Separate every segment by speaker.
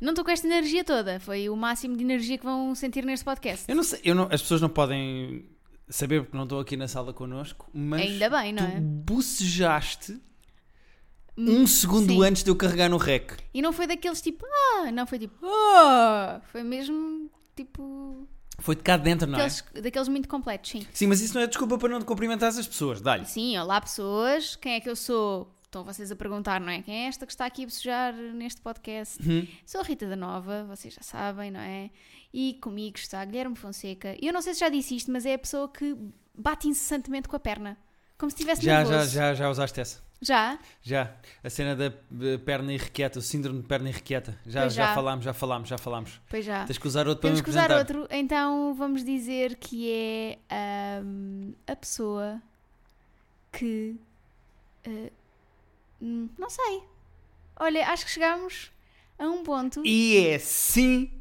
Speaker 1: Não estou com esta energia toda. Foi o máximo de energia que vão sentir neste podcast.
Speaker 2: Eu não sei, eu não- as pessoas não podem saber porque não estão aqui na sala connosco, mas
Speaker 1: Ainda bem, não
Speaker 2: tu
Speaker 1: é? Hum,
Speaker 2: bocejaste um segundo
Speaker 1: sim.
Speaker 2: antes de eu carregar no rec.
Speaker 1: E não foi daqueles tipo, ah, não foi tipo, ah, foi mesmo tipo,
Speaker 2: Foi de cá dentro, não é?
Speaker 1: daqueles, daqueles muito completos, sim.
Speaker 2: Sim, mas isso não é desculpa para não te cumprimentar as pessoas. Dá-lhe.
Speaker 1: Sim, olá pessoas, quem é que eu sou? Estão vocês a perguntar, não é? Quem é esta que está aqui a sujar neste podcast?
Speaker 2: Uhum.
Speaker 1: Sou a Rita da Nova, vocês já sabem, não é? E comigo está Guilherme Fonseca. E eu não sei se já disse isto, mas é a pessoa que bate incessantemente com a perna. Como se estivesse
Speaker 2: Já, já,
Speaker 1: nervoso.
Speaker 2: já, já usaste essa.
Speaker 1: Já?
Speaker 2: Já. A cena da eh, perna irrequieta, o síndrome de perna irrequieta. Já,
Speaker 1: Pois
Speaker 2: já.
Speaker 1: já.
Speaker 2: falámos, já falámos, já falámos.
Speaker 1: Pois já.
Speaker 2: Tens que usar outro para
Speaker 1: Temos
Speaker 2: me
Speaker 1: que usar
Speaker 2: apresentar.
Speaker 1: outro, então vamos dizer que é ahm, a pessoa que. eh, hum, não sei. Olha, acho que chegámos a um ponto.
Speaker 2: E é assim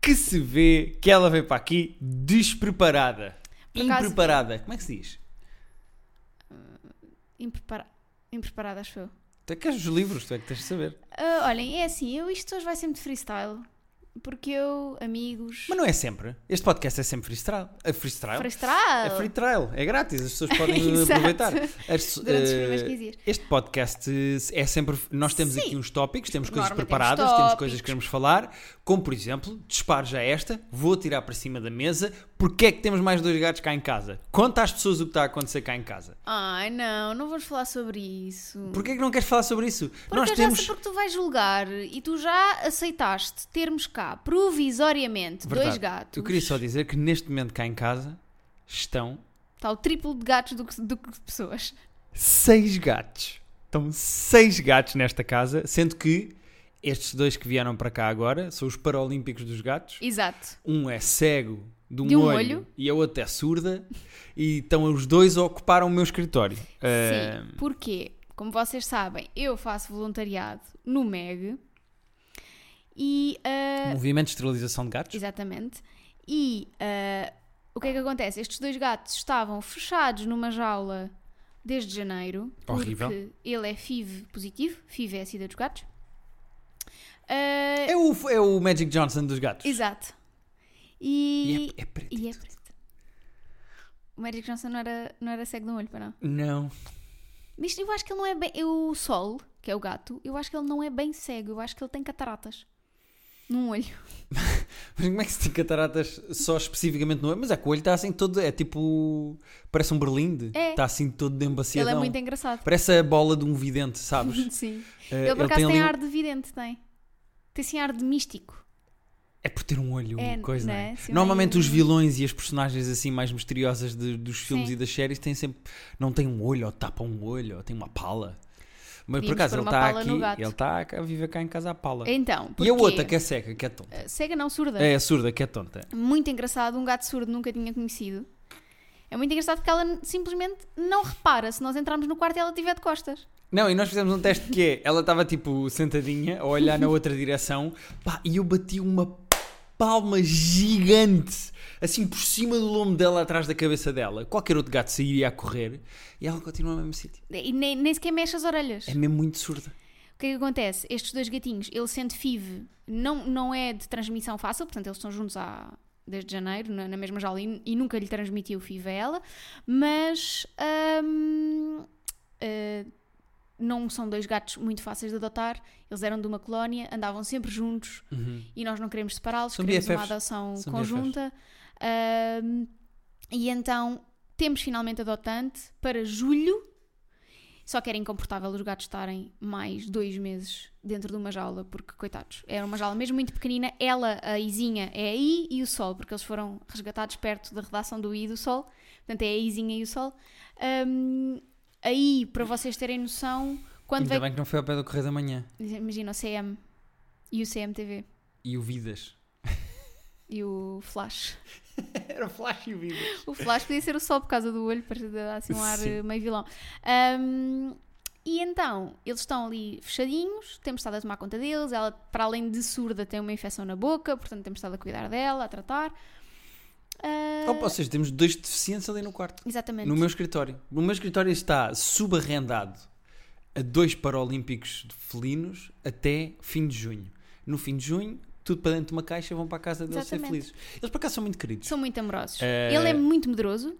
Speaker 2: que se vê que ela veio para aqui despreparada.
Speaker 1: Por acaso-
Speaker 2: Impreparada. Como é que se diz?
Speaker 1: Imprepara... Impreparada, acho eu.
Speaker 2: Tu é que és os livros, tu é que tens de saber.
Speaker 1: Ah, olhem, é assim, eu, isto hoje vai sempre de freestyle. Porque eu, amigos.
Speaker 2: Mas não é sempre. Este podcast é sempre freestyle. É freestyle?
Speaker 1: freestyle!
Speaker 2: É free trial, é grátis, as pessoas podem
Speaker 1: Exato.
Speaker 2: aproveitar. As-
Speaker 1: Durante os
Speaker 2: eh,
Speaker 1: primeiros 15 dias.
Speaker 2: este podcast eh, é sempre. Nós temos aqui uns tópicos, temos coisas
Speaker 1: Norma, temos
Speaker 2: preparadas, temos, coisas
Speaker 1: tópicos.
Speaker 2: que queremos falar, como por exemplo, disparo já esta, vou tirar para cima da mesa, porque é que temos mais dois gatos cá em casa? Conta às pessoas o que está a acontecer cá em casa.
Speaker 1: Ai não, não vamos falar sobre isso.
Speaker 2: Porquê é que não queres falar sobre isso?
Speaker 1: Porque eu já sei porque tu vais julgar e tu já aceitaste termos cá provisoriamente dois
Speaker 2: Verdade.
Speaker 1: gatos.
Speaker 2: Eu queria só dizer que neste momento cá em casa estão
Speaker 1: Está o triplo de gatos do que, do que de pessoas.
Speaker 2: seis gatos. Estão seis gatos nesta casa, sendo que estes dois que vieram para cá agora são os Paralímpicos dos Gatos.
Speaker 1: Exato.
Speaker 2: Um é cego de um,
Speaker 1: De um
Speaker 2: olho,
Speaker 1: olho.
Speaker 2: e a outra é surda. E estão os dois a ocupar o meu escritório. Ah,
Speaker 1: Sim. Porquê? Como vocês sabem, eu faço voluntariado no MEG e. ah,
Speaker 2: Movimento de esterilização de gatos.
Speaker 1: Exatamente. E ah, o que é que acontece? Estes dois gatos estavam fechados numa jaula desde janeiro.
Speaker 2: Horrível.
Speaker 1: Porque ele é FIV positivo. FIV é a sida dos gatos. Ah,
Speaker 2: É o, é o Magic Johnson dos gatos.
Speaker 1: Exato. E,
Speaker 2: E é, é preto.
Speaker 1: e é preto. O Magic Johnson não era, não era cego de um olho, para não.
Speaker 2: Não.
Speaker 1: Mas eu acho que ele não é bem. eu- O Sol, que é o gato, eu acho que ele não é bem cego. Eu acho que ele tem cataratas. Num olho.
Speaker 2: Mas como é que se tem cataratas só especificamente no olho? Mas é que o olho está assim todo. É tipo. Parece um berlinde.
Speaker 1: É.
Speaker 2: Está assim todo de
Speaker 1: ele é
Speaker 2: embaciadão.
Speaker 1: muito engraçado.
Speaker 2: Parece a bola de um vidente, sabes?
Speaker 1: Sim.
Speaker 2: Eh,
Speaker 1: Ele por acaso tem,
Speaker 2: ali um-
Speaker 1: ar de vidente, tem. Tem sim ar de místico.
Speaker 2: É por ter um olho,
Speaker 1: É,
Speaker 2: uma coisa.
Speaker 1: né?
Speaker 2: não é?
Speaker 1: Assim,
Speaker 2: Normalmente
Speaker 1: meio-
Speaker 2: os vilões e as personagens assim mais misteriosas de- dos filmes
Speaker 1: Sim.
Speaker 2: e das séries têm sempre. Não têm um olho, ou tapam um olho, ou têm uma pala. Mas
Speaker 1: Podíamos
Speaker 2: por acaso
Speaker 1: pôr
Speaker 2: ele
Speaker 1: uma
Speaker 2: está
Speaker 1: pala no gato.
Speaker 2: aqui, ele está a viver cá em casa à pala.
Speaker 1: Então,
Speaker 2: e
Speaker 1: porquê?
Speaker 2: a outra que é seca, que é tonta.
Speaker 1: Eh, Cega não, surda.
Speaker 2: É, a surda, que é tonta.
Speaker 1: Muito engraçado, um gato surdo nunca tinha conhecido. É muito engraçado porque ela n- simplesmente não repara se nós entrarmos no quarto e ela estiver de costas.
Speaker 2: Não, e nós fizemos um teste que é, ela estava tipo sentadinha, a olhar na outra direção, pá, e eu bati uma palma gigante, assim por cima do lombo dela, atrás da cabeça dela. Qualquer outro gato sairia a correr e ela continua no mesmo sítio.
Speaker 1: E nem, nem sequer mexe as orelhas.
Speaker 2: É mesmo muito surda.
Speaker 1: O que é que acontece? Estes dois gatinhos, ele sendo FIV, não, não é de transmissão fácil, portanto eles estão juntos há, desde janeiro, na, na mesma jaula, e, e nunca lhe transmitiu FIV a ela, mas hum, eh, não são dois gatos muito fáceis de adotar, eles eram de uma colónia, andavam sempre juntos
Speaker 2: Uhum.
Speaker 1: e nós não queremos separá-los,
Speaker 2: São
Speaker 1: queremos uma
Speaker 2: BFFs.
Speaker 1: adoção
Speaker 2: São
Speaker 1: conjunta. Hum, e então temos finalmente adotante para julho só que era incomportável os gatos estarem mais dois meses dentro de uma jaula, porque, coitados, era uma jaula mesmo muito pequenina. Ela, a Izinha, é a I e o Sol, porque eles foram resgatados perto da redação do I e do Sol. Portanto, é a Izinha e o Sol. Hum, a I, para vocês terem noção, quando
Speaker 2: Ainda
Speaker 1: veio.
Speaker 2: bem que não foi ao pé do Correio da Manhã.
Speaker 1: Imagina o CM e o CMTV
Speaker 2: E o Vidas.
Speaker 1: e o Flash.
Speaker 2: Era Flash e o Vidas.
Speaker 1: O Flash podia ser o sol por causa do olho, para dar assim um ar
Speaker 2: Sim.
Speaker 1: eh, meio vilão. Ahm, e então, eles estão ali fechadinhos, temos estado a tomar conta deles. Ela, para além de surda, tem uma infecção na boca, portanto, temos estado a cuidar dela, a tratar. Ah,
Speaker 2: Opa, ou seja, temos dois deficientes ali no quarto.
Speaker 1: exatamente.
Speaker 2: No meu escritório. O meu escritório está subarrendado a dois paralímpicos felinos até fim de junho. no fim de junho, tudo para dentro de uma caixa, vão para a casa deles ser
Speaker 1: Exatamente.
Speaker 2: felizes. Eles por acaso são muito queridos.
Speaker 1: São muito amorosos.
Speaker 2: Eh,
Speaker 1: Ele é muito medroso,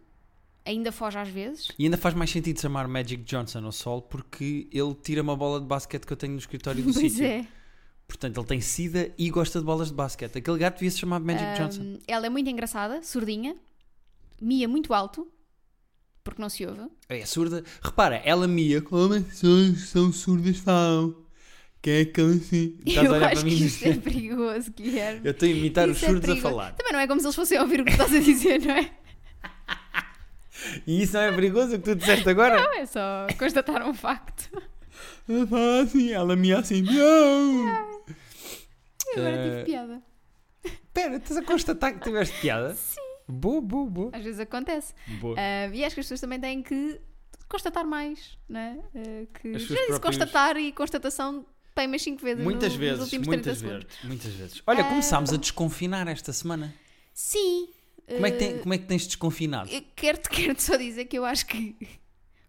Speaker 1: ainda foge às vezes.
Speaker 2: E ainda faz mais sentido chamar Magic Johnson ao sol porque ele tira uma bola de basquete que eu tenho no escritório do
Speaker 1: Pois
Speaker 2: sítio.
Speaker 1: é.
Speaker 2: Portanto, ele tem sida e gosta de bolas de basquete. Aquele gato devia se chamar Magic Johnson.
Speaker 1: Hum, Ela é muito engraçada, surdinha, mia muito alto, porque não se ouve.
Speaker 2: É surda. Repara, ela mia. Como as pessoas são surdas falam? Quem é que eu assim? Estás a
Speaker 1: eu
Speaker 2: olhar
Speaker 1: acho
Speaker 2: para mim
Speaker 1: que
Speaker 2: e
Speaker 1: isto é perigoso, Guilherme.
Speaker 2: Eu estou a imitar os
Speaker 1: Isso é
Speaker 2: surdos a
Speaker 1: perigoso.
Speaker 2: falar.
Speaker 1: Também não é como se eles fossem ouvir o que estás a dizer, não é?
Speaker 2: E isso não é perigoso o que tu disseste agora?
Speaker 1: Não, é só constatar um facto.
Speaker 2: Ela fala assim, ela mia assim. Não!
Speaker 1: Eu agora
Speaker 2: Eh,
Speaker 1: tive piada.
Speaker 2: Espera, estás a constatar que tiveste piada? Sim. Boa, boa, boa.
Speaker 1: Às vezes acontece.
Speaker 2: boa.
Speaker 1: Ah, e acho que as pessoas também têm que constatar mais, não é? Ah, que,
Speaker 2: As
Speaker 1: já
Speaker 2: suas
Speaker 1: disse,
Speaker 2: próprias-
Speaker 1: constatar e constatação tem mais 5 vezes
Speaker 2: Muitas
Speaker 1: no- nos
Speaker 2: vezes,
Speaker 1: Ah, últimos
Speaker 2: muitas
Speaker 1: 30 segundos.
Speaker 2: vezes, muitas vezes. Olha,
Speaker 1: Ah.
Speaker 2: começámos a desconfinar esta semana.
Speaker 1: Sim.
Speaker 2: Como é que, tem-
Speaker 1: ah,
Speaker 2: como é que tens desconfinado?
Speaker 1: Eu quero-te quero só dizer que eu acho que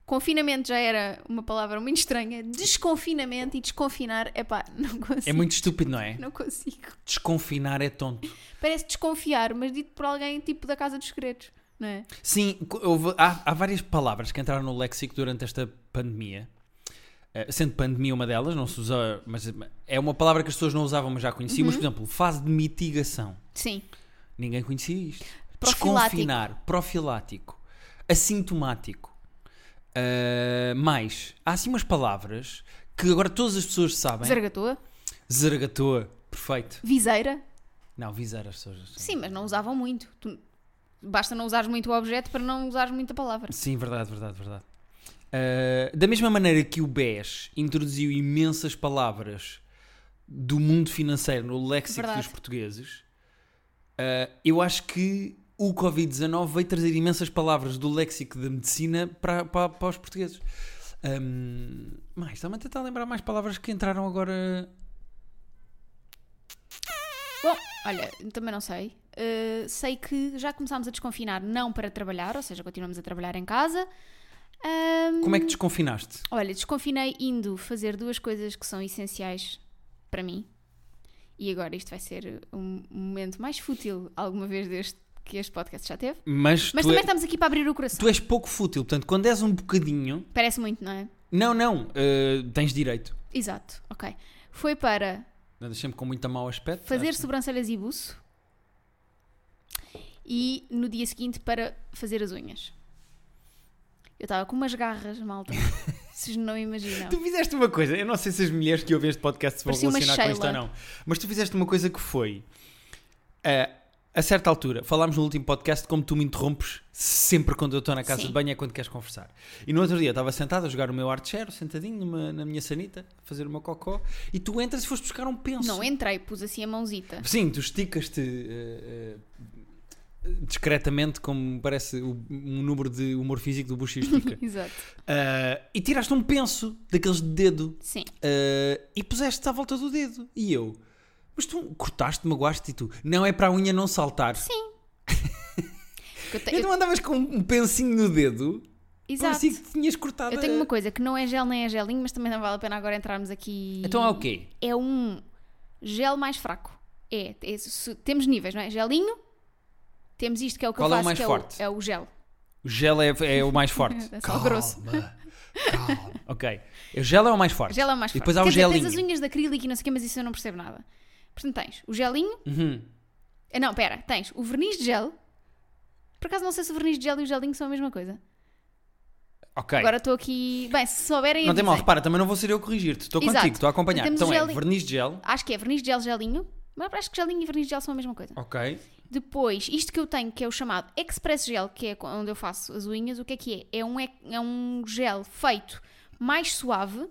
Speaker 1: confinamento já era uma palavra muito estranha. Desconfinamento e desconfinar, epá, não consigo.
Speaker 2: É muito estúpido, não é?
Speaker 1: Não consigo.
Speaker 2: Desconfinar é tonto.
Speaker 1: Parece desconfiar, mas dito por alguém tipo da Casa dos Segredos, não é?
Speaker 2: Sim, co- houve- há, há várias palavras que entraram no léxico durante esta pandemia. Eh, sendo pandemia uma delas, não se usa, mas é uma palavra que as pessoas não usavam, mas já conhecíamos. Por exemplo, fase de mitigação.
Speaker 1: Sim.
Speaker 2: Ninguém conhecia isto.
Speaker 1: Profilático.
Speaker 2: Desconfinar, profilático, assintomático. Ah, mais, há assim umas palavras que agora todas as pessoas sabem.
Speaker 1: Zargatoa,
Speaker 2: Zergatoa, perfeito.
Speaker 1: viseira.
Speaker 2: Não, visar as pessoas.
Speaker 1: Sim, mas não usavam muito. Tu- Basta não usares muito o objeto para não usares muito a palavra.
Speaker 2: Sim, verdade, verdade, verdade. Ah, da mesma maneira que o BES introduziu imensas palavras do mundo financeiro no léxico
Speaker 1: Verdade.
Speaker 2: dos portugueses, ah, eu acho que o Covid-19 veio trazer imensas palavras do léxico da medicina para, para, para os portugueses. Ahm, mais, estava a tentar lembrar mais palavras que entraram agora.
Speaker 1: Bom, olha, também não sei. Uh, sei que já começámos a desconfinar, não para trabalhar, ou seja, continuamos a trabalhar em casa. Ahm,
Speaker 2: Como é que desconfinaste?
Speaker 1: Olha, desconfinei indo fazer duas coisas que são essenciais para mim. E agora isto vai ser um momento mais fútil alguma vez deste que este podcast já teve.
Speaker 2: Mas,
Speaker 1: Mas
Speaker 2: tu,
Speaker 1: também
Speaker 2: é-
Speaker 1: estamos aqui para abrir o coração.
Speaker 2: tu és pouco fútil, portanto, quando és um bocadinho.
Speaker 1: Parece muito, não é?
Speaker 2: Não, não, ah, tens direito.
Speaker 1: Exato, ok. Foi para
Speaker 2: Andas sempre Né, com muito mau aspecto.
Speaker 1: fazer
Speaker 2: acho.
Speaker 1: sobrancelhas e buço. E no dia seguinte para fazer as unhas. Eu estava com umas garras, malta. Vocês não imaginam.
Speaker 2: Tu fizeste uma coisa, eu não sei se as mulheres que ouvem este podcast se vão
Speaker 1: Parecia uma
Speaker 2: relacionar com isto ou
Speaker 1: Sheila.
Speaker 2: não, mas tu fizeste uma coisa que foi. eh, a certa altura, falámos no último podcast como tu me interrompes sempre quando eu estou na casa
Speaker 1: Sim.
Speaker 2: de banho é quando queres conversar. E no outro dia eu estava sentado a jogar o meu artchero, sentadinho numa- na minha sanita, a fazer uma cocó, e tu entras e foste buscar um penso.
Speaker 1: Não entrei, pus assim a mãozita.
Speaker 2: Sim, tu esticas-te eh, eh, discretamente, como parece o, um número de humor físico do Bush estica.
Speaker 1: Exato.
Speaker 2: Eh, e tiraste um penso daqueles de dedo.
Speaker 1: Sim.
Speaker 2: Uh, e puseste à volta do dedo. E eu, mas tu cortaste, magoaste e tu, não é para a unha não saltar.
Speaker 1: Sim. Eu te-
Speaker 2: E
Speaker 1: eu-
Speaker 2: tu andavas com um pensinho no dedo,
Speaker 1: exato.
Speaker 2: parecia que tinhas cortado.
Speaker 1: Eu tenho uma coisa que não é gel nem é gelinho, mas também não vale a pena agora entrarmos aqui.
Speaker 2: Então é o quê?
Speaker 1: É um gel mais fraco. É, é se- temos níveis, não é? Gelinho, temos isto que é o que
Speaker 2: Qual
Speaker 1: eu
Speaker 2: é o
Speaker 1: faço,
Speaker 2: mais
Speaker 1: que
Speaker 2: forte?
Speaker 1: É, o, é o gel.
Speaker 2: O gel é, é o mais forte.
Speaker 1: É só grosso.
Speaker 2: calma. Ok. O gel é o mais forte.
Speaker 1: Gel é o mais
Speaker 2: E
Speaker 1: forte.
Speaker 2: depois há o
Speaker 1: Quer dizer,
Speaker 2: gelinho.
Speaker 1: tens as unhas de acrílico e não sei o quê, mas isso eu não percebo nada. Portanto, tens o gelinho.
Speaker 2: Uhum.
Speaker 1: ah, Não, pera, tens o verniz de gel. Por acaso não sei se o verniz de gel e o gelinho são a mesma coisa.
Speaker 2: Ok.
Speaker 1: Agora estou aqui. Bem, se souberem.
Speaker 2: não tem mal,
Speaker 1: avisem.
Speaker 2: repara, também não vou ser eu a corrigir-te. Estou
Speaker 1: Exato.
Speaker 2: contigo, estou a acompanhar.
Speaker 1: Temos o
Speaker 2: então é
Speaker 1: gelinho.
Speaker 2: verniz de gel.
Speaker 1: Acho que é verniz de gel, gelinho. Mas acho que gelinho e verniz de gel são a mesma coisa.
Speaker 2: Ok.
Speaker 1: Depois, isto que eu tenho, que é o chamado Express Gel, que é onde eu faço as unhas, o que é que é? É um, ec- é um gel feito mais suave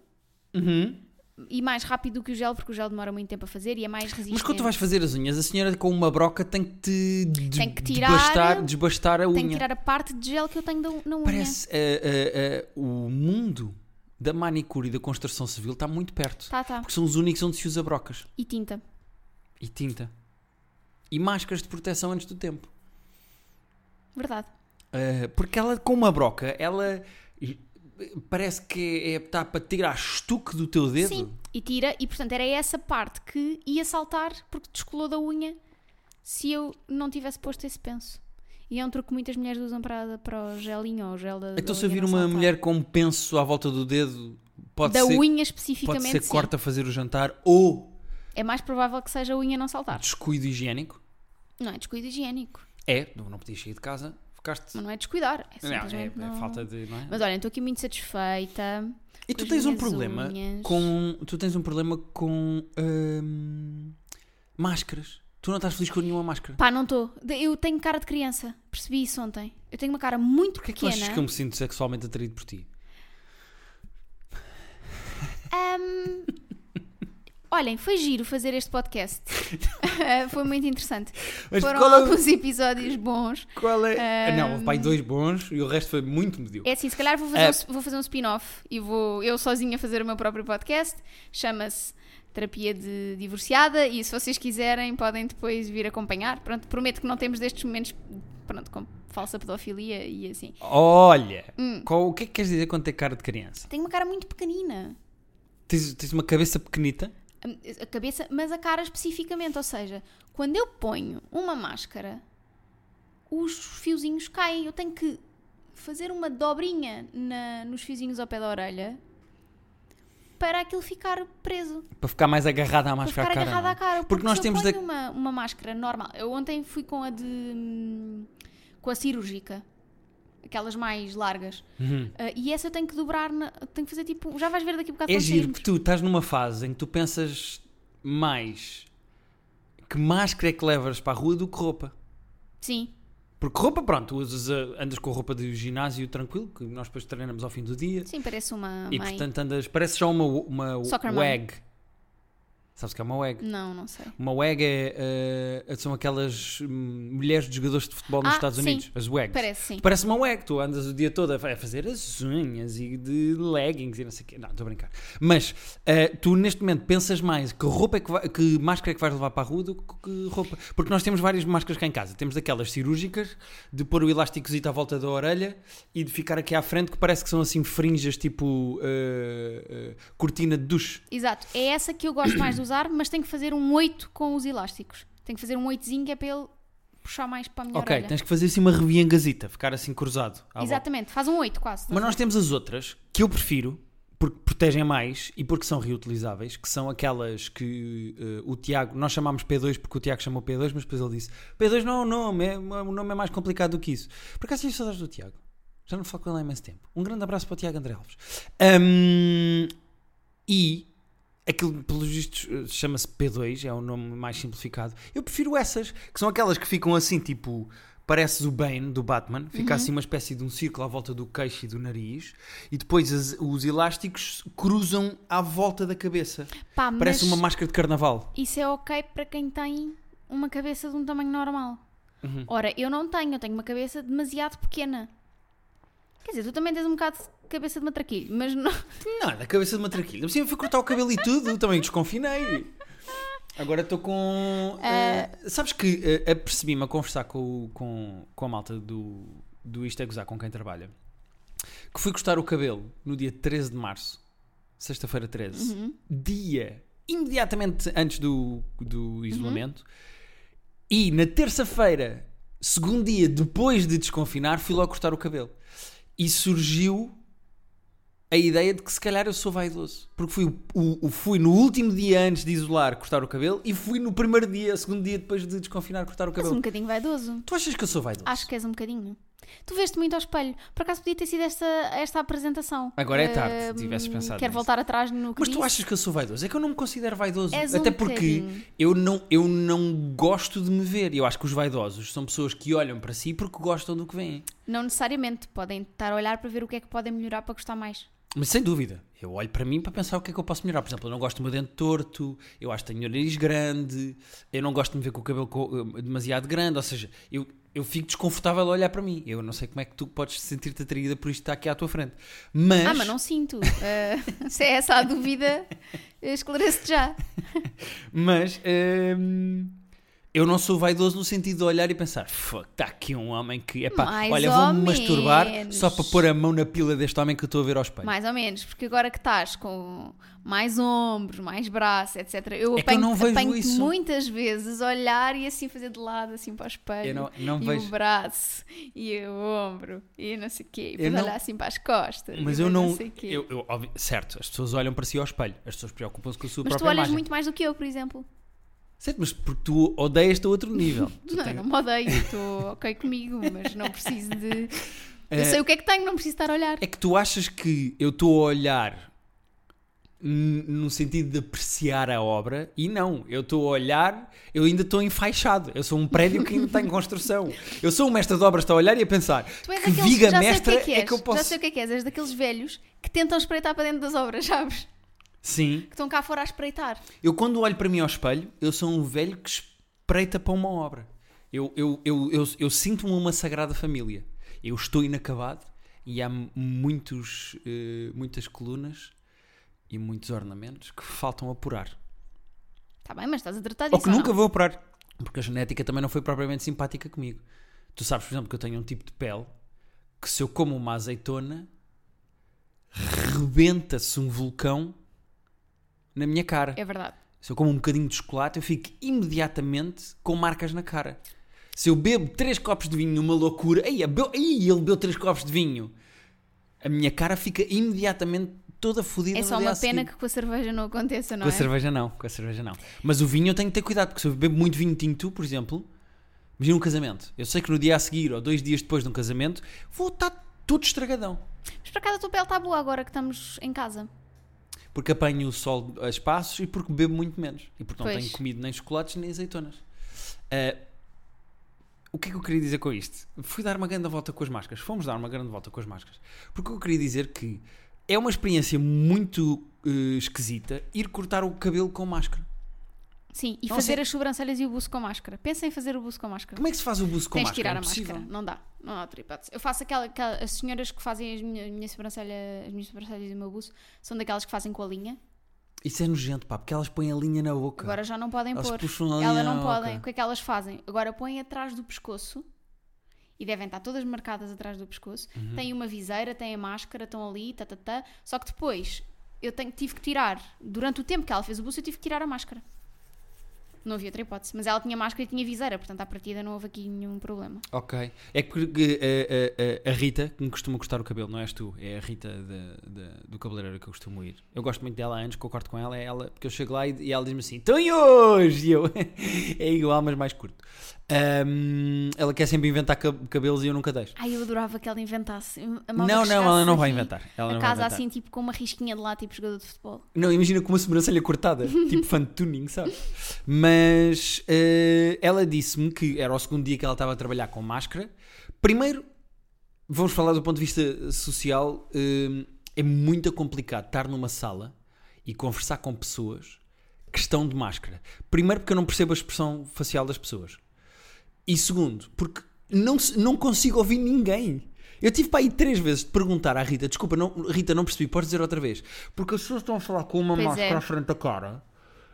Speaker 2: Uhum.
Speaker 1: e mais rápido do que o gel, porque o gel demora muito tempo a fazer e é mais resistente.
Speaker 2: Mas quando tu vais fazer as unhas, a senhora com uma broca tem que te de-
Speaker 1: Tem que tirar-
Speaker 2: desbastar, desbastar a unha.
Speaker 1: Tenho que tirar a parte de gel que eu tenho da- na unha.
Speaker 2: Parece eh, eh, eh, o mundo da manicure e da construção civil está muito perto.
Speaker 1: Tá, tá.
Speaker 2: Porque são os únicos onde se usa brocas
Speaker 1: E tinta.
Speaker 2: e tinta. E máscaras de proteção antes do tempo.
Speaker 1: Verdade.
Speaker 2: Eh, porque ela, com uma broca, ela parece que é aptar para tirar estuque do teu dedo.
Speaker 1: Sim, e tira, e portanto era essa parte que ia saltar porque descolou da unha se eu não tivesse posto esse penso. E é um truque que muitas mulheres usam para, para o gelinho ou o gel da. da
Speaker 2: Então se eu
Speaker 1: unha
Speaker 2: vir
Speaker 1: não
Speaker 2: uma
Speaker 1: saltar.
Speaker 2: mulher com um penso à volta do dedo, pode
Speaker 1: da
Speaker 2: ser,
Speaker 1: unha
Speaker 2: pode
Speaker 1: especificamente,
Speaker 2: ser
Speaker 1: sim.
Speaker 2: corta a fazer o jantar ou
Speaker 1: é mais provável que seja a unha não saltar.
Speaker 2: descuido higiênico.
Speaker 1: Não é descuido higiênico,
Speaker 2: É, não, não podias sair de casa, ficaste.
Speaker 1: mas não é descuidar. É
Speaker 2: não, é,
Speaker 1: simplesmente
Speaker 2: é
Speaker 1: não-
Speaker 2: falta de. Não é?
Speaker 1: Mas olha, estou aqui muito satisfeita.
Speaker 2: E tu
Speaker 1: com as
Speaker 2: tens um
Speaker 1: minhas
Speaker 2: problema
Speaker 1: unhas.
Speaker 2: com. Tu tens um problema com. hum, máscaras. Tu não estás feliz com nenhuma máscara.
Speaker 1: Pá, não estou. Eu tenho cara de criança. Percebi isso ontem. Eu tenho uma cara muito
Speaker 2: Porquê é que tu
Speaker 1: pequena.
Speaker 2: achas que eu me sinto sexualmente atraído por ti?
Speaker 1: Ahm, olhem, foi giro fazer este podcast. foi muito interessante.
Speaker 2: Mas
Speaker 1: Foram
Speaker 2: qual é o-
Speaker 1: alguns episódios bons.
Speaker 2: Qual é?
Speaker 1: Ahm.
Speaker 2: Não, pai, dois bons e o resto foi muito medíocre.
Speaker 1: Hum. É assim, se calhar vou fazer,
Speaker 2: É.
Speaker 1: um, vou fazer um spin-off e vou eu sozinha fazer o meu próprio podcast. Chama-se Terapia de Divorciada e se vocês quiserem podem depois vir acompanhar. Pronto, prometo que não temos destes momentos pronto, com falsa pedofilia e assim.
Speaker 2: Olha,
Speaker 1: Hum.
Speaker 2: qual- o que é que queres dizer quando tem cara de criança?
Speaker 1: Tenho uma cara muito pequenina.
Speaker 2: Tens, tens uma cabeça pequenita?
Speaker 1: a cabeça, mas a cara especificamente. Ou seja, quando eu ponho uma máscara, os fiozinhos caem. Eu tenho que fazer uma dobrinha na- nos fiozinhos ao pé da orelha para aquilo ficar preso.
Speaker 2: Para ficar mais agarrada à
Speaker 1: Para
Speaker 2: máscara
Speaker 1: ficar
Speaker 2: à cara.
Speaker 1: agarrado
Speaker 2: não é?
Speaker 1: à cara.
Speaker 2: Porque nós
Speaker 1: se
Speaker 2: temos
Speaker 1: eu ponho
Speaker 2: da-
Speaker 1: uma, uma máscara normal. Eu ontem fui com a de. hum, com a cirúrgica. Aquelas mais largas.
Speaker 2: Uhum.
Speaker 1: Ah, e essa eu tenho que dobrar. Na, tenho que fazer tipo. Já vais ver daqui a bocado
Speaker 2: É
Speaker 1: quando
Speaker 2: giro
Speaker 1: sairmos.
Speaker 2: porque tu estás numa fase em que tu pensas mais que máscara é que levas para a rua do que roupa.
Speaker 1: Sim.
Speaker 2: Porque roupa, pronto, usas a- andas com roupa de ginásio tranquilo, que nós depois treinamos ao fim do dia.
Speaker 1: Sim, parece uma.
Speaker 2: E
Speaker 1: mãe.
Speaker 2: portanto andas, parece só uma, uma
Speaker 1: Soccer mom.
Speaker 2: wag. Sabes o que é uma wag?
Speaker 1: Não, não sei.
Speaker 2: Uma WEG é, eh, são aquelas hum, mulheres de jogadores de futebol nos
Speaker 1: Ah,
Speaker 2: Estados
Speaker 1: sim.
Speaker 2: Unidos, as WEGs.
Speaker 1: Parece sim.
Speaker 2: Parece uma WEG, tu andas o dia todo a fa- a fazer as unhas e de leggings e não sei o quê. Não, estou a brincar. Mas eh, tu neste momento pensas mais que roupa é que, vai- que máscara é que vais levar para a rua do que, que roupa. Porque nós temos várias máscaras cá em casa. Temos aquelas cirúrgicas, de pôr o elásticozito à volta da orelha e de ficar aqui à frente que parece que são assim frinjas tipo eh, eh, cortina de duche.
Speaker 1: Exato. É essa que eu gosto mais de usar, mas tenho que fazer um 8 com os elásticos. Tenho que fazer um 8zinho que é para ele puxar mais para a minha
Speaker 2: Ok,
Speaker 1: orelha.
Speaker 2: tens que fazer assim uma reviengazita, ficar assim cruzado. à volta.
Speaker 1: Exatamente. Faz um 8 quase.
Speaker 2: Mas nós temos as outras que eu prefiro porque protegem mais e porque são reutilizáveis, que são aquelas que eh, o Tiago, nós chamámos P2 porque o Tiago chamou P2, mas depois ele disse P2 não é um nome, é, o nome é mais complicado do que isso. Por acaso tive saudades do Tiago. Já não falo com ele há imenso tempo. Um grande abraço para o Tiago André Alves. Ahm, e aquilo, pelos vistos, eh, chama-se P2, é o nome mais simplificado. Eu prefiro essas, que são aquelas que ficam assim, tipo, pareces o Bane do Batman, fica assim uma espécie de um círculo à volta do queixo e do nariz, e depois as- os elásticos cruzam à volta da cabeça.
Speaker 1: tá? Pá, mas
Speaker 2: Parece uma máscara de carnaval.
Speaker 1: isso é ok para quem tem uma cabeça de um tamanho normal.
Speaker 2: Uhum.
Speaker 1: Ora, eu não tenho. Eu tenho uma cabeça demasiado pequena. Quer dizer, tu também tens um bocado de cabeça de matraquilho, mas não...
Speaker 2: Não, é da cabeça de uma traquilha. Assim, eu fui cortar o cabelo e tudo, também desconfinei. Agora estou com. eh, sabes que eh, apercebi-me a conversar com, o- com, com a malta do, do Isto é Gozar com quem trabalha. Que fui cortar o cabelo no dia 13 de março, sexta-feira 13,
Speaker 1: Uhum.
Speaker 2: dia imediatamente antes do,
Speaker 1: Uhum.
Speaker 2: do isolamento. E na terça-feira, segundo dia depois de desconfinar, fui logo cortar o cabelo. E surgiu a ideia de que se calhar eu sou vaidoso. Porque fui, o- o- o- fui no último dia antes de isolar cortar o cabelo e fui no primeiro dia, segundo dia depois de desconfinar cortar o
Speaker 1: és um
Speaker 2: cabelo.
Speaker 1: bocadinho vaidoso.
Speaker 2: Tu achas que eu sou vaidoso?
Speaker 1: Acho que és um bocadinho. Tu veste muito ao espelho. Por acaso podia ter sido esta, esta apresentação.
Speaker 2: Agora é tarde,
Speaker 1: Ahm,
Speaker 2: tivesses pensado
Speaker 1: hum, Quero
Speaker 2: nisso.
Speaker 1: voltar atrás no que
Speaker 2: Mas
Speaker 1: disse.
Speaker 2: tu achas que eu sou vaidoso? É que eu não me considero vaidoso.
Speaker 1: És um
Speaker 2: Até porque
Speaker 1: bocadinho.
Speaker 2: eu não, eu não gosto de me ver. Eu acho que os vaidosos são pessoas que olham para si porque gostam do que veem.
Speaker 1: Não necessariamente. Podem estar a olhar para ver o que é que podem melhorar para gostar mais.
Speaker 2: Mas sem dúvida, eu olho para mim para pensar o que é que eu posso melhorar. Por exemplo, eu não gosto do meu dente torto, eu acho que tenho o nariz grande, eu não gosto de me ver com o cabelo co- eh, demasiado grande, ou seja, eu, eu fico desconfortável a olhar para mim. Eu não sei como é que tu podes sentir-te atraída por isto que está aqui à tua frente. Mas,
Speaker 1: Ah, mas não sinto. Ah, se é essa a dúvida, esclarece já.
Speaker 2: mas, ehm, Eu não sou vaidoso no sentido de olhar e pensar, fuck, está aqui um homem que, epá,
Speaker 1: Mais
Speaker 2: olha, vou-me
Speaker 1: ou
Speaker 2: masturbar
Speaker 1: menos.
Speaker 2: só para pôr a mão na pila deste homem que eu estou a ver ao espelho.
Speaker 1: Mais ou menos, porque agora que estás com mais ombros, mais braço, etc. Eu
Speaker 2: É que eu
Speaker 1: apanho,
Speaker 2: não vejo
Speaker 1: apanho-te
Speaker 2: isso.
Speaker 1: muitas vezes a olhar e assim fazer de lado, assim para o espelho.
Speaker 2: Eu não- não
Speaker 1: e
Speaker 2: vejo.
Speaker 1: o braço, e o ombro, e não sei o quê. E depois
Speaker 2: não-
Speaker 1: olhar assim para as costas. e
Speaker 2: Mas
Speaker 1: depois
Speaker 2: eu não.
Speaker 1: sei o quê.
Speaker 2: eu- eu, óbvio- certo, as pessoas olham para si ao espelho, as pessoas preocupam-se com a sua
Speaker 1: Mas tu
Speaker 2: própria
Speaker 1: olhas
Speaker 2: imagem.
Speaker 1: muito mais do que eu, por exemplo.
Speaker 2: Certo, mas porque tu odeias-te a outro nível. Tu
Speaker 1: não,
Speaker 2: tens-
Speaker 1: eu não me odeio, estou ok comigo, mas não preciso de.
Speaker 2: É.
Speaker 1: Eu sei o que é que tenho, não preciso estar a olhar.
Speaker 2: É que tu achas que eu estou a olhar n- no sentido de apreciar a obra e não, eu estou a olhar, eu ainda estou enfaixado, eu sou um prédio que ainda está em construção. Eu sou um mestre de obras que está a olhar e a pensar
Speaker 1: Tu és
Speaker 2: que
Speaker 1: daqueles-
Speaker 2: viga
Speaker 1: já sei o
Speaker 2: mestra
Speaker 1: que é, que és,
Speaker 2: eu posso.
Speaker 1: Já sei o que é que és, és daqueles velhos que tentam espreitar para dentro das obras, sabes?
Speaker 2: Sim,
Speaker 1: Que estão cá fora a espreitar.
Speaker 2: eu quando olho para mim ao espelho, eu sou um velho que espreita para uma obra. Eu, eu, eu, eu, eu sinto-me uma sagrada família. Eu estou inacabado e há muitos, eh, muitas colunas e muitos ornamentos que faltam apurar.
Speaker 1: Está Tá bem, mas estás a tratar disso.
Speaker 2: Ou que
Speaker 1: ou
Speaker 2: nunca
Speaker 1: não?
Speaker 2: vou operar. Porque a genética também não foi propriamente simpática comigo. Tu sabes, por exemplo, que eu tenho um tipo de pele que se eu como uma azeitona, rebenta-se um vulcão na minha cara.
Speaker 1: É verdade.
Speaker 2: Se eu como um bocadinho de chocolate, eu fico imediatamente com marcas na cara. Se eu bebo três copos de vinho numa loucura, aí ele bebeu três copos de vinho, a minha cara fica imediatamente toda fodida.
Speaker 1: É
Speaker 2: no
Speaker 1: só
Speaker 2: dia
Speaker 1: uma
Speaker 2: a seguir.
Speaker 1: pena que com a cerveja não aconteça, não
Speaker 2: Com a
Speaker 1: é?
Speaker 2: cerveja não, com a cerveja não. Mas o vinho eu tenho que ter cuidado, porque se eu bebo muito vinho tinto, por exemplo, imagina um casamento. Eu sei que no dia a seguir ou dois dias depois de um casamento vou estar todo estragadão.
Speaker 1: Mas por acaso a tua pele está boa agora que estamos em casa.
Speaker 2: Porque apanho o sol a espaços e porque bebo muito menos. E porque não
Speaker 1: Pois.
Speaker 2: tenho comido nem chocolates nem azeitonas. Ah, o que é que eu queria dizer com isto? Fui dar uma grande volta com as máscaras. Fomos dar uma grande volta com as máscaras. Porque eu queria dizer que é uma experiência muito eh, esquisita ir cortar o cabelo com máscara.
Speaker 1: Sim, e
Speaker 2: Não,
Speaker 1: fazer
Speaker 2: sim.
Speaker 1: as sobrancelhas e o buço com máscara. Pensa em fazer o buço com máscara.
Speaker 2: Como é que se faz o buço com
Speaker 1: Tens de
Speaker 2: máscara?
Speaker 1: tirar
Speaker 2: É
Speaker 1: a
Speaker 2: impossível.
Speaker 1: máscara. Não dá. Não há outra hipótese. Eu faço aquela, aquela- as senhoras que fazem as minha, minha sobrancelha, as minhas sobrancelhas e o meu buço são daquelas que fazem com a linha.
Speaker 2: Isso é nojento, pá, porque elas põem a linha na boca.
Speaker 1: Agora já não podem
Speaker 2: Elas
Speaker 1: pôr.
Speaker 2: puxam a
Speaker 1: Elas
Speaker 2: linha
Speaker 1: não
Speaker 2: na
Speaker 1: podem.
Speaker 2: boca.
Speaker 1: O que é que elas fazem? Agora põem atrás do pescoço e devem estar todas marcadas atrás do pescoço.
Speaker 2: Uhum.
Speaker 1: Têm uma viseira, têm a máscara, estão ali, tá, tá, tá. Só que depois eu tenho, tive que tirar, durante o tempo que ela fez o buço, eu tive que tirar a máscara. Não havia outra hipótese. Mas ela tinha máscara e tinha viseira, portanto, à partida não houve aqui nenhum problema.
Speaker 2: Ok. É porque eh, a, a- a Rita, que me costuma cortar o cabelo, não és tu, é a Rita de- de- do cabeleireiro que eu costumo ir. Eu gosto muito dela há anos, que eu corto com ela, é ela, porque eu chego lá e, e ela diz-me assim: Então e hoje? E eu, é igual, mas mais curto. Ahm, ela quer sempre inventar cab- cabelos e eu nunca deixo.
Speaker 1: Ai, eu adorava que ela inventasse. Eu amava
Speaker 2: Não,
Speaker 1: que
Speaker 2: não, ela
Speaker 1: chegasse
Speaker 2: não vai
Speaker 1: aqui
Speaker 2: inventar. Ela
Speaker 1: assim. a
Speaker 2: não vai
Speaker 1: casa
Speaker 2: inventar.
Speaker 1: assim, tipo com uma risquinha de lá, tipo jogador de futebol.
Speaker 2: Não, imagina com uma sobrancelha cortada, tipo fan tuning, sabe? Mas eh, ela disse-me que era o segundo dia que ela estava a trabalhar com máscara. Primeiro, vamos falar do ponto de vista social, eh, é muito complicado estar numa sala e conversar com pessoas que estão de máscara. Primeiro, porque eu não percebo a expressão facial das pessoas. E segundo, porque não, se- não consigo ouvir ninguém. Eu tive para aí três vezes de perguntar à Rita, desculpa, não, Rita, não percebi, podes dizer outra vez? Porque as pessoas estão a falar com uma
Speaker 1: Pois
Speaker 2: máscara
Speaker 1: é.
Speaker 2: à frente da cara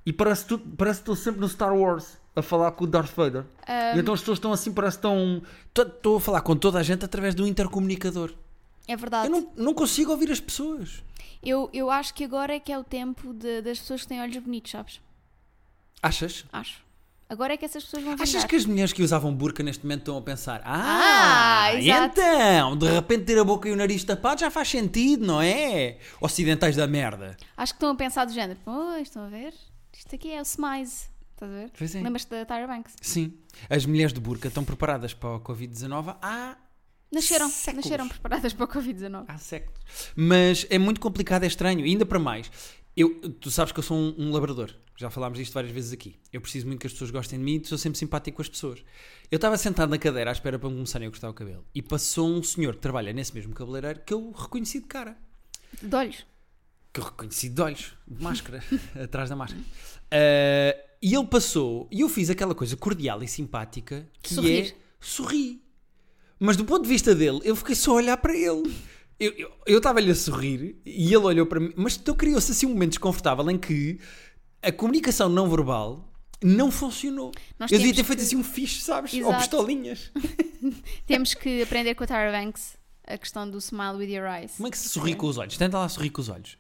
Speaker 2: e parece, tu, parece que estou sempre no Star Wars a falar com o Darth Vader. E então as pessoas estão assim, parece que estão. Tô- Estou a falar com toda a gente através de um intercomunicador.
Speaker 1: É verdade.
Speaker 2: Eu não, não consigo ouvir as pessoas.
Speaker 1: Eu, eu acho que agora é que é o tempo de- das pessoas que têm olhos bonitos, sabes?
Speaker 2: Achas?
Speaker 1: Acho. Agora é que essas pessoas vão
Speaker 2: Achas
Speaker 1: vingar.
Speaker 2: que as mulheres que usavam burca neste momento estão a pensar Ah,
Speaker 1: Ah,
Speaker 2: e
Speaker 1: exato.
Speaker 2: então, de repente ter a boca e o nariz tapado já faz sentido, não é? Ocidentais da merda.
Speaker 1: Acho que estão a pensar do género. Pois, estão a ver? Isto aqui é o Smize. Estás a ver?
Speaker 2: Pois é.
Speaker 1: Lembras-te da Tyra Banks?
Speaker 2: Sim, as mulheres de burca estão preparadas para o Covid-19 há,
Speaker 1: Nasceram,
Speaker 2: Séculos.
Speaker 1: nasceram preparadas para o Covid-19.
Speaker 2: há séculos. Mas é muito complicado, é estranho. E ainda para mais, eu, tu sabes que eu sou um, um labrador. Já falámos disto várias vezes aqui. Eu preciso muito que as pessoas gostem de mim e sou sempre simpático com as pessoas. Eu estava sentado na cadeira à espera para me começarem a cortar o cabelo. E passou um senhor que trabalha nesse mesmo cabeleireiro que eu reconheci de cara.
Speaker 1: De olhos.
Speaker 2: que eu reconheci de olhos, de máscara, atrás da máscara. Ah, e ele passou, e eu fiz aquela coisa cordial e simpática que
Speaker 1: Sorrir.
Speaker 2: é sorri. Mas do ponto de vista dele, eu fiquei só a olhar para ele. Eu- Eu eu estava-lhe a sorrir e ele olhou para mim, mas então criou-se assim um momento desconfortável em que a comunicação não verbal Não funcionou.
Speaker 1: Nós
Speaker 2: eu devia
Speaker 1: temos
Speaker 2: ter feito
Speaker 1: que-
Speaker 2: assim um fixe, sabes? Ou
Speaker 1: Exato.
Speaker 2: pistolinhas.
Speaker 1: Temos que aprender com a Tyra Banks a questão do smile with your eyes.
Speaker 2: Como é que se sorri com os olhos? Tenta lá sorrir com os olhos.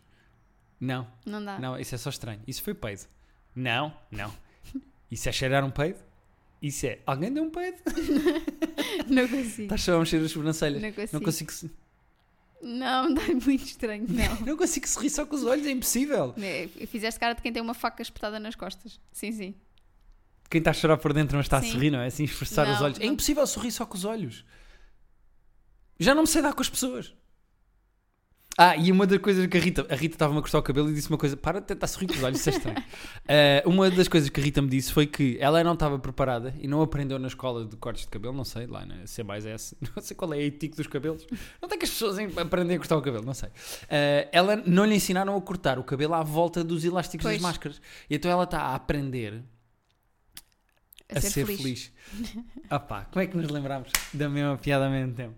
Speaker 2: Não,
Speaker 1: Não dá.
Speaker 2: não, isso é só estranho. Isso foi peido. Não, não. Isso é cheirar um peido? Isso é. Alguém deu um peido?
Speaker 1: Não consigo.
Speaker 2: Estás só a mexer as sobrancelhas.
Speaker 1: Não consigo.
Speaker 2: Não consigo, se-
Speaker 1: Não, dá muito estranho. Não.
Speaker 2: não consigo sorrir só com os olhos, é impossível.
Speaker 1: É, Fizeste cara de quem tem uma faca espetada nas costas. Sim, sim.
Speaker 2: Quem está a chorar por dentro, mas está
Speaker 1: Sim.
Speaker 2: a sorrir, não é? Assim, esforçar os
Speaker 1: Não,
Speaker 2: olhos. É
Speaker 1: não.
Speaker 2: impossível sorrir só com os olhos. Já não me sei dar com as pessoas. Ah, e uma das coisas que a Rita... A Rita estava-me a cortar o cabelo e disse uma coisa... Para de tentar sorrir com os olhos, isso é estranho. Ah, uma das coisas que a Rita me disse foi que ela não estava preparada e não aprendeu na escola de cortes de cabelo, não sei, lá na C mais S, não sei qual é a ética dos cabelos. Não tem que as pessoas em- aprendem a cortar o cabelo, não sei. Ah, ela não lhe ensinaram a cortar o cabelo à volta dos elásticos
Speaker 1: Pois.
Speaker 2: das máscaras. E então ela está a aprender
Speaker 1: A, ser, feliz.
Speaker 2: Ah pá, como é que nos lembramos da mesma piada ao mesmo tempo?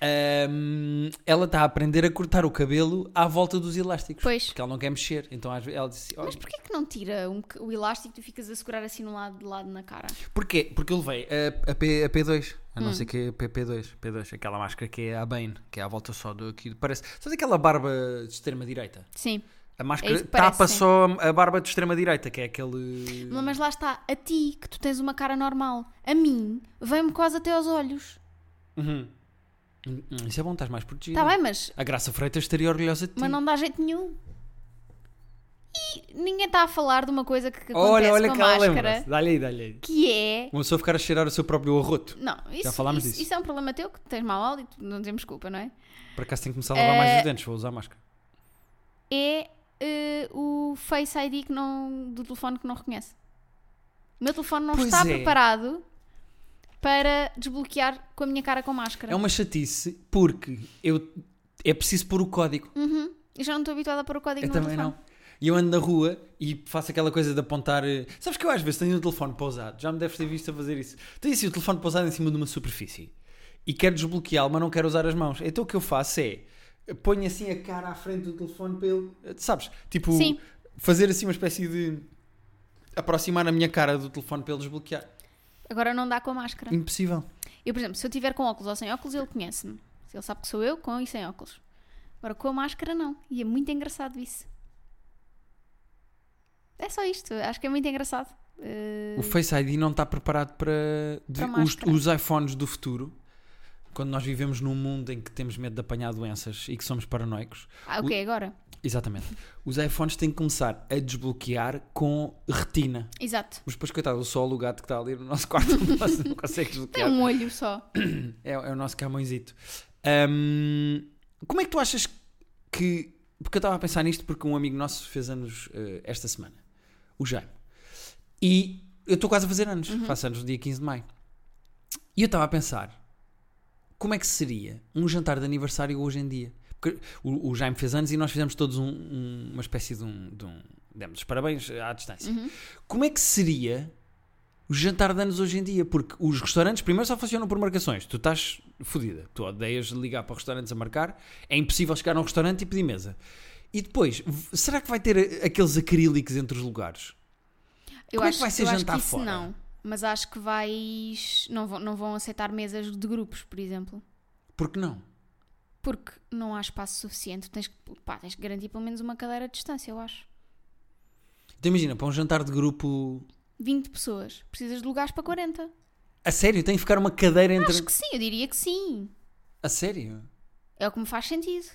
Speaker 2: Ahm, ela está a aprender a cortar o cabelo à volta dos elásticos.
Speaker 1: Pois.
Speaker 2: Porque ela não quer mexer. Então às vezes ela disse: "Olha,
Speaker 1: Mas porquê que não tira um boc- o elástico e tu ficas a segurar assim no lado de lado na cara?
Speaker 2: Porquê? Porque eu levei a, a P, a P2. A
Speaker 1: Hum.
Speaker 2: não ser que é PP2. P2, aquela máscara que é a Bane, que é à volta só do aqui. Parece. Sabe aquela barba de extrema-direita?
Speaker 1: Sim.
Speaker 2: A máscara
Speaker 1: É isso que
Speaker 2: tapa
Speaker 1: parece, sim.
Speaker 2: só a barba de extrema-direita, que é aquele.
Speaker 1: Mas lá está, a ti, que tu tens uma cara normal. A mim, vem-me quase até aos olhos.
Speaker 2: Uhum. Hum, hum, Isso é bom, estás mais protegido.
Speaker 1: Está Tá bem, mas,
Speaker 2: A Graça Freitas estaria orgulhosa de ti.
Speaker 1: mas não dá jeito nenhum. E ninguém está a falar de uma coisa que acontece
Speaker 2: Olha, olha
Speaker 1: com a
Speaker 2: que ela
Speaker 1: máscara,
Speaker 2: lembra-se. Dá-lhe aí, dá-lhe aí.
Speaker 1: que é...
Speaker 2: Uma pessoa ficar a cheirar o seu próprio arroto.
Speaker 1: Não, isso,
Speaker 2: falámos
Speaker 1: isso,
Speaker 2: disso.
Speaker 1: isso é um problema teu, que tens mau hálito, não temos culpa, não é?
Speaker 2: Por acaso tenho que começar a lavar mais os dentes, vou usar máscara.
Speaker 1: É eh, o Face ID que não, do telefone que não reconhece. O meu telefone não
Speaker 2: Pois
Speaker 1: está
Speaker 2: é.
Speaker 1: preparado para desbloquear com a minha cara com máscara.
Speaker 2: É uma chatice porque eu, é preciso pôr o código.
Speaker 1: Uhum. Eu já não estou habituada a pôr o código
Speaker 2: eu
Speaker 1: no
Speaker 2: também
Speaker 1: telefone.
Speaker 2: não. E eu ando na rua e faço aquela coisa de apontar. eh, Sabes que eu às vezes tenho o telefone pausado, já me deves ter visto a fazer isso. Tenho assim o telefone pausado em cima de uma superfície e quero desbloqueá-lo, mas não quero usar as mãos. Então o que eu faço é eh, ponho assim a cara à frente do telefone para ele. eh, Sabes? Tipo,
Speaker 1: Sim.
Speaker 2: fazer assim uma espécie de aproximar a minha cara do telefone para ele desbloquear.
Speaker 1: Agora não dá com a máscara.
Speaker 2: Impossível.
Speaker 1: Eu, por exemplo, se eu tiver com óculos ou sem óculos, ele conhece-me. Ele sabe que sou eu com e sem óculos. Agora com a máscara, não. E é muito engraçado isso. É só isto. Acho que é muito engraçado. Eh,
Speaker 2: O Face ID não está preparado para, de-
Speaker 1: Para
Speaker 2: os,
Speaker 1: máscara.
Speaker 2: os iPhones do futuro. Quando nós vivemos num mundo em que temos medo de apanhar doenças e que somos paranoicos,
Speaker 1: Ah, ok, agora.
Speaker 2: exatamente, os iPhones têm que começar a desbloquear com retina.
Speaker 1: Exato.
Speaker 2: Mas depois, coitado, o sol, o gato que está ali no nosso quarto, não consegue- não consegue
Speaker 1: Tem
Speaker 2: desbloquear.
Speaker 1: um olho só.
Speaker 2: É, é o nosso camõezito. Ahm, como é que tu achas que. Porque eu estava a pensar nisto porque um amigo nosso fez anos eh, esta semana, o Jaime. E eu estou quase a fazer anos, faço anos no dia 15 de maio. E eu estava a pensar como é que seria um jantar de aniversário hoje em dia? Porque o, o Jaime fez anos e nós fizemos todos um- um- uma espécie de um. De um demos os parabéns à distância. Como é que seria o jantar de anos hoje em dia? Porque os restaurantes, primeiro, só funcionam por marcações. Tu estás fodida. Tu odeias ligar para restaurantes a marcar. É impossível chegar a um restaurante e pedir mesa. E depois, v- será que vai ter a- aqueles acrílicos entre os lugares?
Speaker 1: Eu
Speaker 2: Como é que
Speaker 1: acho,
Speaker 2: vai ser
Speaker 1: eu acho
Speaker 2: jantar
Speaker 1: que isso
Speaker 2: fora?
Speaker 1: não. Mas acho que vais. Não vão, não vão aceitar mesas de grupos, por exemplo.
Speaker 2: Por que não?
Speaker 1: Porque não há espaço suficiente. Tens que, pá, tens que garantir pelo menos uma cadeira de distância, eu acho.
Speaker 2: Então imagina, para um jantar de grupo...
Speaker 1: 20 pessoas. Precisas de lugares para 40.
Speaker 2: A sério? Tem que ficar uma cadeira entre...
Speaker 1: Acho que sim, eu diria que sim.
Speaker 2: A sério?
Speaker 1: É o que me faz sentido.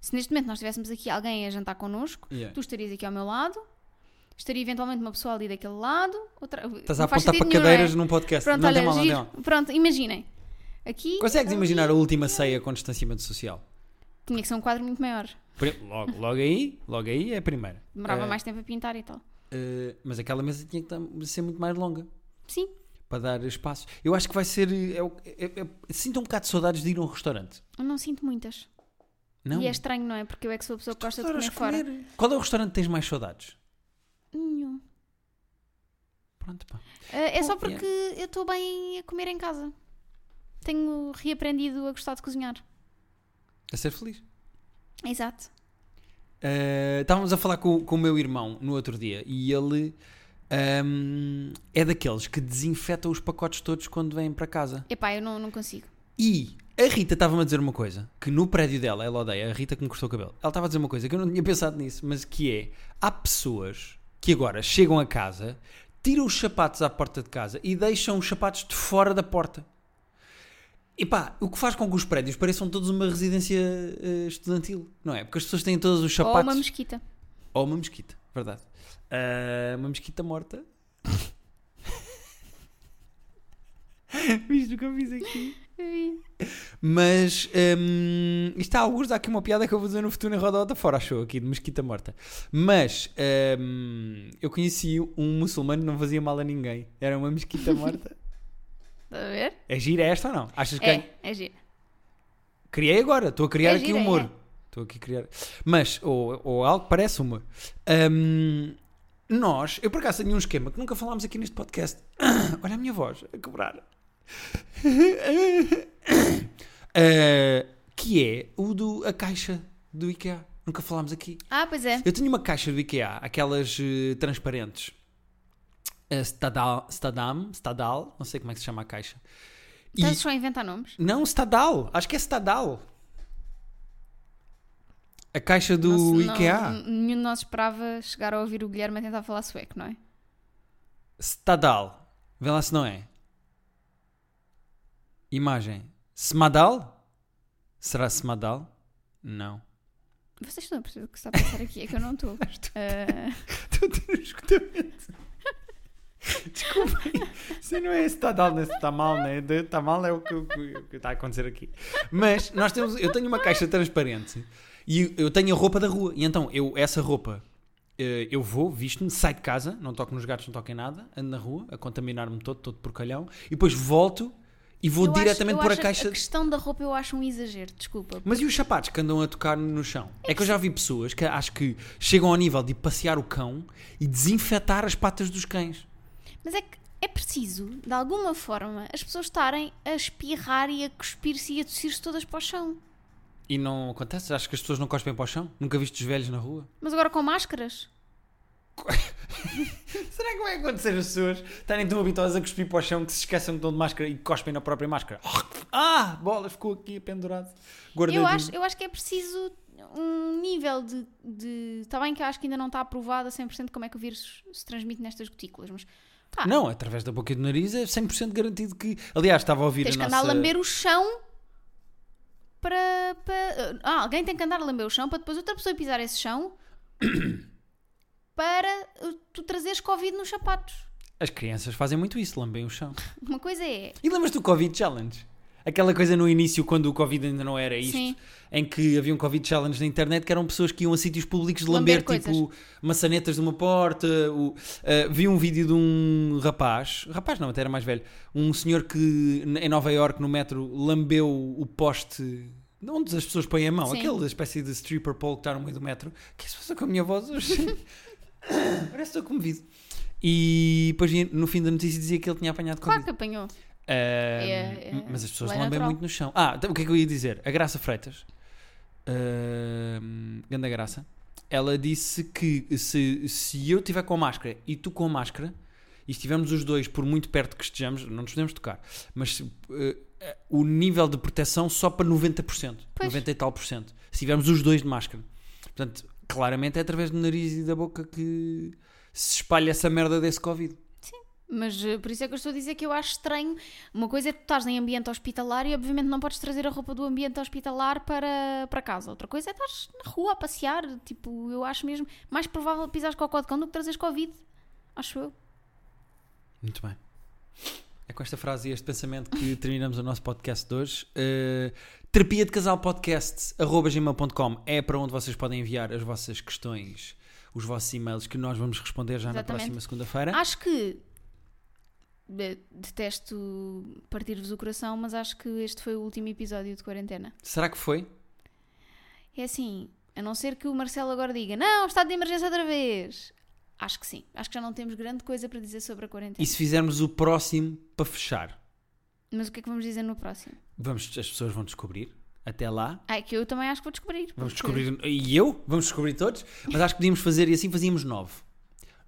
Speaker 1: Se neste momento nós tivéssemos aqui alguém a jantar connosco,
Speaker 2: Yeah.
Speaker 1: tu estarias aqui ao meu lado, estaria eventualmente uma pessoa ali daquele lado. Outra...
Speaker 2: Estás a
Speaker 1: não faz
Speaker 2: apontar para
Speaker 1: sentido nenhum, não é?
Speaker 2: cadeiras num podcast.
Speaker 1: Pronto,
Speaker 2: não
Speaker 1: olha,
Speaker 2: tem mal, não tem
Speaker 1: giro. É um
Speaker 2: mal.
Speaker 1: Pronto, imaginem. Aqui.
Speaker 2: Consegues
Speaker 1: ali,
Speaker 2: imaginar a última ceia com distanciamento social?
Speaker 1: Tinha que ser um quadro muito maior.
Speaker 2: Pri- Logo, logo aí, logo aí é a primeira.
Speaker 1: Demorava
Speaker 2: Eh,
Speaker 1: mais tempo a pintar e tal.
Speaker 2: eh, mas aquela mesa tinha que tam- ser muito mais longa.
Speaker 1: Sim,
Speaker 2: Para dar espaço. Eu acho que vai ser... eh, é o- é- é- sinto um bocado de saudades de ir a um restaurante.
Speaker 1: eu não sinto muitas.
Speaker 2: Não?
Speaker 1: E é estranho, não é? Porque eu é que sou a pessoa que gosta de comer,
Speaker 2: Adoras
Speaker 1: fora.
Speaker 2: comer. Qual é o restaurante que tens mais saudades?
Speaker 1: Nenhum.
Speaker 2: Pronto, pá.
Speaker 1: Ah, é só
Speaker 2: Bom,
Speaker 1: porque eu estou bem a comer em casa. Tenho reaprendido a gostar de cozinhar.
Speaker 2: A ser feliz. Eh,
Speaker 1: Exato.
Speaker 2: Uh, estávamos a falar com, com o meu irmão no outro dia e ele hum, é daqueles que desinfetam os pacotes todos quando vêm para casa.
Speaker 1: Epá, eu não, não consigo.
Speaker 2: E a Rita estava-me a dizer uma coisa que no prédio dela, ela odeia, a Rita que me cortou o cabelo. Ela estava a dizer uma coisa que eu não tinha pensado nisso, mas que é: há pessoas que agora chegam a casa, tiram os sapatos à porta de casa e deixam os sapatos de fora da porta. E pá, o que faz com que os prédios pareçam todos uma residência eh, estudantil, não é? Porque as pessoas têm todos os
Speaker 1: Ou uma
Speaker 2: sapatos.
Speaker 1: mosquita.
Speaker 2: Ou uma mosquita, verdade. Ah, uma mosquita morta. Viste o que eu fiz aqui? Mas hum, isto há alguns, há aqui uma piada que eu vou dizer no futuro em Rodota Fora, achou aqui, de mosquita morta. Mas hum, eu conheci um muçulmano que não fazia mal a ninguém. Era uma mosquita morta.
Speaker 1: Estás a ver?
Speaker 2: é gira esta ou não? Achas que é?
Speaker 1: É, é giro.
Speaker 2: Criei agora, estou a criar
Speaker 1: É
Speaker 2: aqui
Speaker 1: gira,
Speaker 2: humor.
Speaker 1: é.
Speaker 2: Estou aqui a criar. Mas, ou, ou algo que parece humor. Hum, nós, eu por acaso tenho um esquema que nunca falámos aqui neste podcast. Olha a minha voz a quebrar. Ah, que é o do a caixa do IKEA. Nunca falámos aqui.
Speaker 1: Ah, pois é.
Speaker 2: Eu tinha uma caixa do IKEA, aquelas eh, transparentes.
Speaker 1: Tá
Speaker 2: Eh, Stadal, Stadam, Stadal, não sei como é que se chama a caixa. E-
Speaker 1: Estás só a inventar nomes?
Speaker 2: não, Stadal. Acho que é Stadal. A caixa do
Speaker 1: Não se- não-
Speaker 2: IKEA.
Speaker 1: n- Nenhum de nós esperava chegar a ouvir o Guilherme a tentar falar sueco, não é?
Speaker 2: Stadal. Vê lá se não é. Imagem. Smadal? Será Smadal? Não.
Speaker 1: Vocês estão a perceber o que se está a passar aqui? É que eu não estou. Ah,
Speaker 2: Estou a ter um escutamento. Desculpa. Isso não é Stadal, não é Está mal, não é? Está mal é o que, o que- o que está a acontecer aqui. Mas nós temos, eu tenho uma caixa transparente e eu tenho a roupa da rua. E então, eu, essa roupa, eh, eu vou, visto-me, saio de casa, não toco nos gatos, não toco em nada, ando na rua a contaminar-me todo, todo porcalhão, e depois volto e vou
Speaker 1: eu acho-
Speaker 2: diretamente
Speaker 1: eu
Speaker 2: pôr a
Speaker 1: acho
Speaker 2: caixa.
Speaker 1: A questão da roupa eu acho um exagero, desculpa.
Speaker 2: Mas e os sapatos que andam a tocar no chão? É que eu já vi pessoas que acho que chegam ao nível de passear o cão e desinfetar as patas dos cães.
Speaker 1: Mas é que é preciso, de alguma forma, as pessoas estarem a espirrar e a cuspir-se e a tossir-se todas para o chão.
Speaker 2: E não acontece? Acho que as pessoas não cospem para o chão? Nunca viste os velhos na rua?
Speaker 1: Mas agora com máscaras?
Speaker 2: Será que vai acontecer as pessoas estarem tão habituadas a cuspir para o chão que se esquecem que estão de máscara e cospem na própria máscara? Ah, bola, ficou aqui pendurado.
Speaker 1: Eu
Speaker 2: Guardadinho.
Speaker 1: acho, eu acho que é preciso um nível de, de. Está bem que eu acho que ainda não está aprovado a 100% como é que o vírus se transmite nestas gotículas, mas. Pá,
Speaker 2: Não, através da boca e do nariz é 100% garantido que... Aliás, estava a ouvir
Speaker 1: tens
Speaker 2: a
Speaker 1: que
Speaker 2: nossa...
Speaker 1: andar a lamber o chão para. para- Ah, alguém tem que andar a lamber o chão para depois outra pessoa pisar esse chão para eh, tu trazeres Covid nos sapatos.
Speaker 2: As crianças fazem muito isso, lambem o chão.
Speaker 1: Uma coisa é.
Speaker 2: E lembras do Covid Challenge? Aquela coisa no início, quando o Covid ainda não era isto,
Speaker 1: Sim.
Speaker 2: em que havia um Covid Challenge na internet que eram pessoas que iam a sítios públicos de
Speaker 1: Lamber
Speaker 2: lamber, tipo maçanetas de uma porta. o- ah, vi um vídeo de um rapaz, rapaz não, até era mais velho, um senhor que n- em Nova Iorque no metro, lambeu o poste onde as pessoas põem a mão,
Speaker 1: Sim.
Speaker 2: aquela espécie de stripper pole que está no meio do metro. O que é que se passa com a minha voz hoje? Parece que estou comovido. E depois vi- no fim da notícia dizia que ele tinha apanhado
Speaker 1: Claro
Speaker 2: Covid.
Speaker 1: que apanhou.
Speaker 2: Um,
Speaker 1: É, é,
Speaker 2: mas as pessoas
Speaker 1: bem
Speaker 2: lambem
Speaker 1: natural.
Speaker 2: muito no chão. Ah, então, o que é que eu ia dizer? A Graça Freitas, um, Ganda Graça, ela disse que se, se eu estiver com a máscara e tu com a máscara, e estivermos os dois por muito perto que estejamos, não nos podemos tocar, mas se, eh, eh, o nível de proteção só para 90%,
Speaker 1: Pois.
Speaker 2: 90 e tal por cento, se estivermos os dois de máscara. Portanto, claramente é através do nariz e da boca que se espalha essa merda desse Covid.
Speaker 1: Mas eh, por isso é que eu estou a dizer que eu acho estranho. Uma coisa é que tu estás em ambiente hospitalar e obviamente não podes trazer a roupa do ambiente hospitalar para, para casa. Outra coisa é estás na rua a passear. Tipo, eu acho mesmo mais provável pisares cocó de cão do que trazeres Covid. Acho eu.
Speaker 2: Muito bem. É com esta frase e este pensamento que terminamos o nosso podcast de hoje. Uh, terapia de casal podcast arroba gmail.com é para onde vocês podem enviar as vossas questões, os vossos e-mails que nós vamos responder já na
Speaker 1: Exatamente. Ah.
Speaker 2: próxima segunda-feira.
Speaker 1: Acho que. de- Detesto partir-vos o coração, mas acho que este foi o último episódio de quarentena.
Speaker 2: Será que foi?
Speaker 1: É assim, a não ser que o Marcelo agora diga não, estado de emergência outra vez. Acho que sim. Acho que já não temos grande coisa para dizer sobre a quarentena.
Speaker 2: E se fizermos o próximo para fechar?
Speaker 1: Mas o que é que vamos dizer no próximo?
Speaker 2: Vamos, as pessoas vão descobrir. Até lá.
Speaker 1: Ah, é que eu também acho que vou descobrir.
Speaker 2: Vamos
Speaker 1: porque-
Speaker 2: descobrir. E eu? Vamos descobrir todos? Mas acho que podíamos fazer e assim fazíamos nove.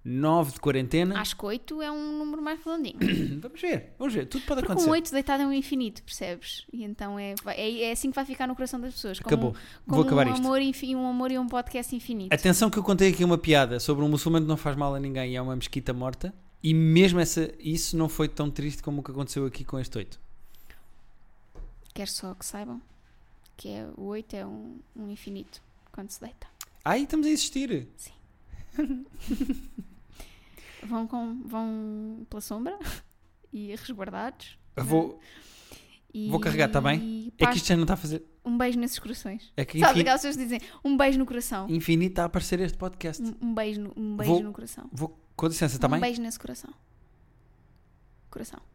Speaker 2: 9 de quarentena.
Speaker 1: Acho que 8 é um número mais redondinho.
Speaker 2: Vamos ver, vamos ver. Tudo pode
Speaker 1: Porque um
Speaker 2: acontecer.
Speaker 1: 8 deitado é um infinito, percebes? E então é, é, é assim que vai ficar no coração das pessoas. como-
Speaker 2: Acabou.
Speaker 1: como
Speaker 2: Vou acabar
Speaker 1: um
Speaker 2: isto.
Speaker 1: Amor infi- um amor e um podcast infinito.
Speaker 2: Atenção que eu contei aqui uma piada sobre um muçulmano que não faz mal a ninguém e é uma mesquita morta. E mesmo essa, isso não foi tão triste como o que aconteceu aqui com este 8.
Speaker 1: Quero só que saibam que é, o 8 é um, um infinito quando se deita.
Speaker 2: Aí Ah, estamos a insistir.
Speaker 1: Vão, com, vão pela sombra e resguardados.
Speaker 2: Eu Vou,
Speaker 1: E,
Speaker 2: Vou carregar, tá bem?
Speaker 1: e
Speaker 2: é
Speaker 1: paz-
Speaker 2: que isto já não está a fazer.
Speaker 1: Um beijo nesses corações.
Speaker 2: É que
Speaker 1: Sabe
Speaker 2: infi-
Speaker 1: aquelas pessoas que dizem um beijo no coração?
Speaker 2: infinito está a aparecer este podcast.
Speaker 1: Um, um beijo, no, um beijo
Speaker 2: Vou- Tá
Speaker 1: no coração.
Speaker 2: Vou, com licença, está
Speaker 1: um
Speaker 2: bem?
Speaker 1: beijo nesse coração. Coração.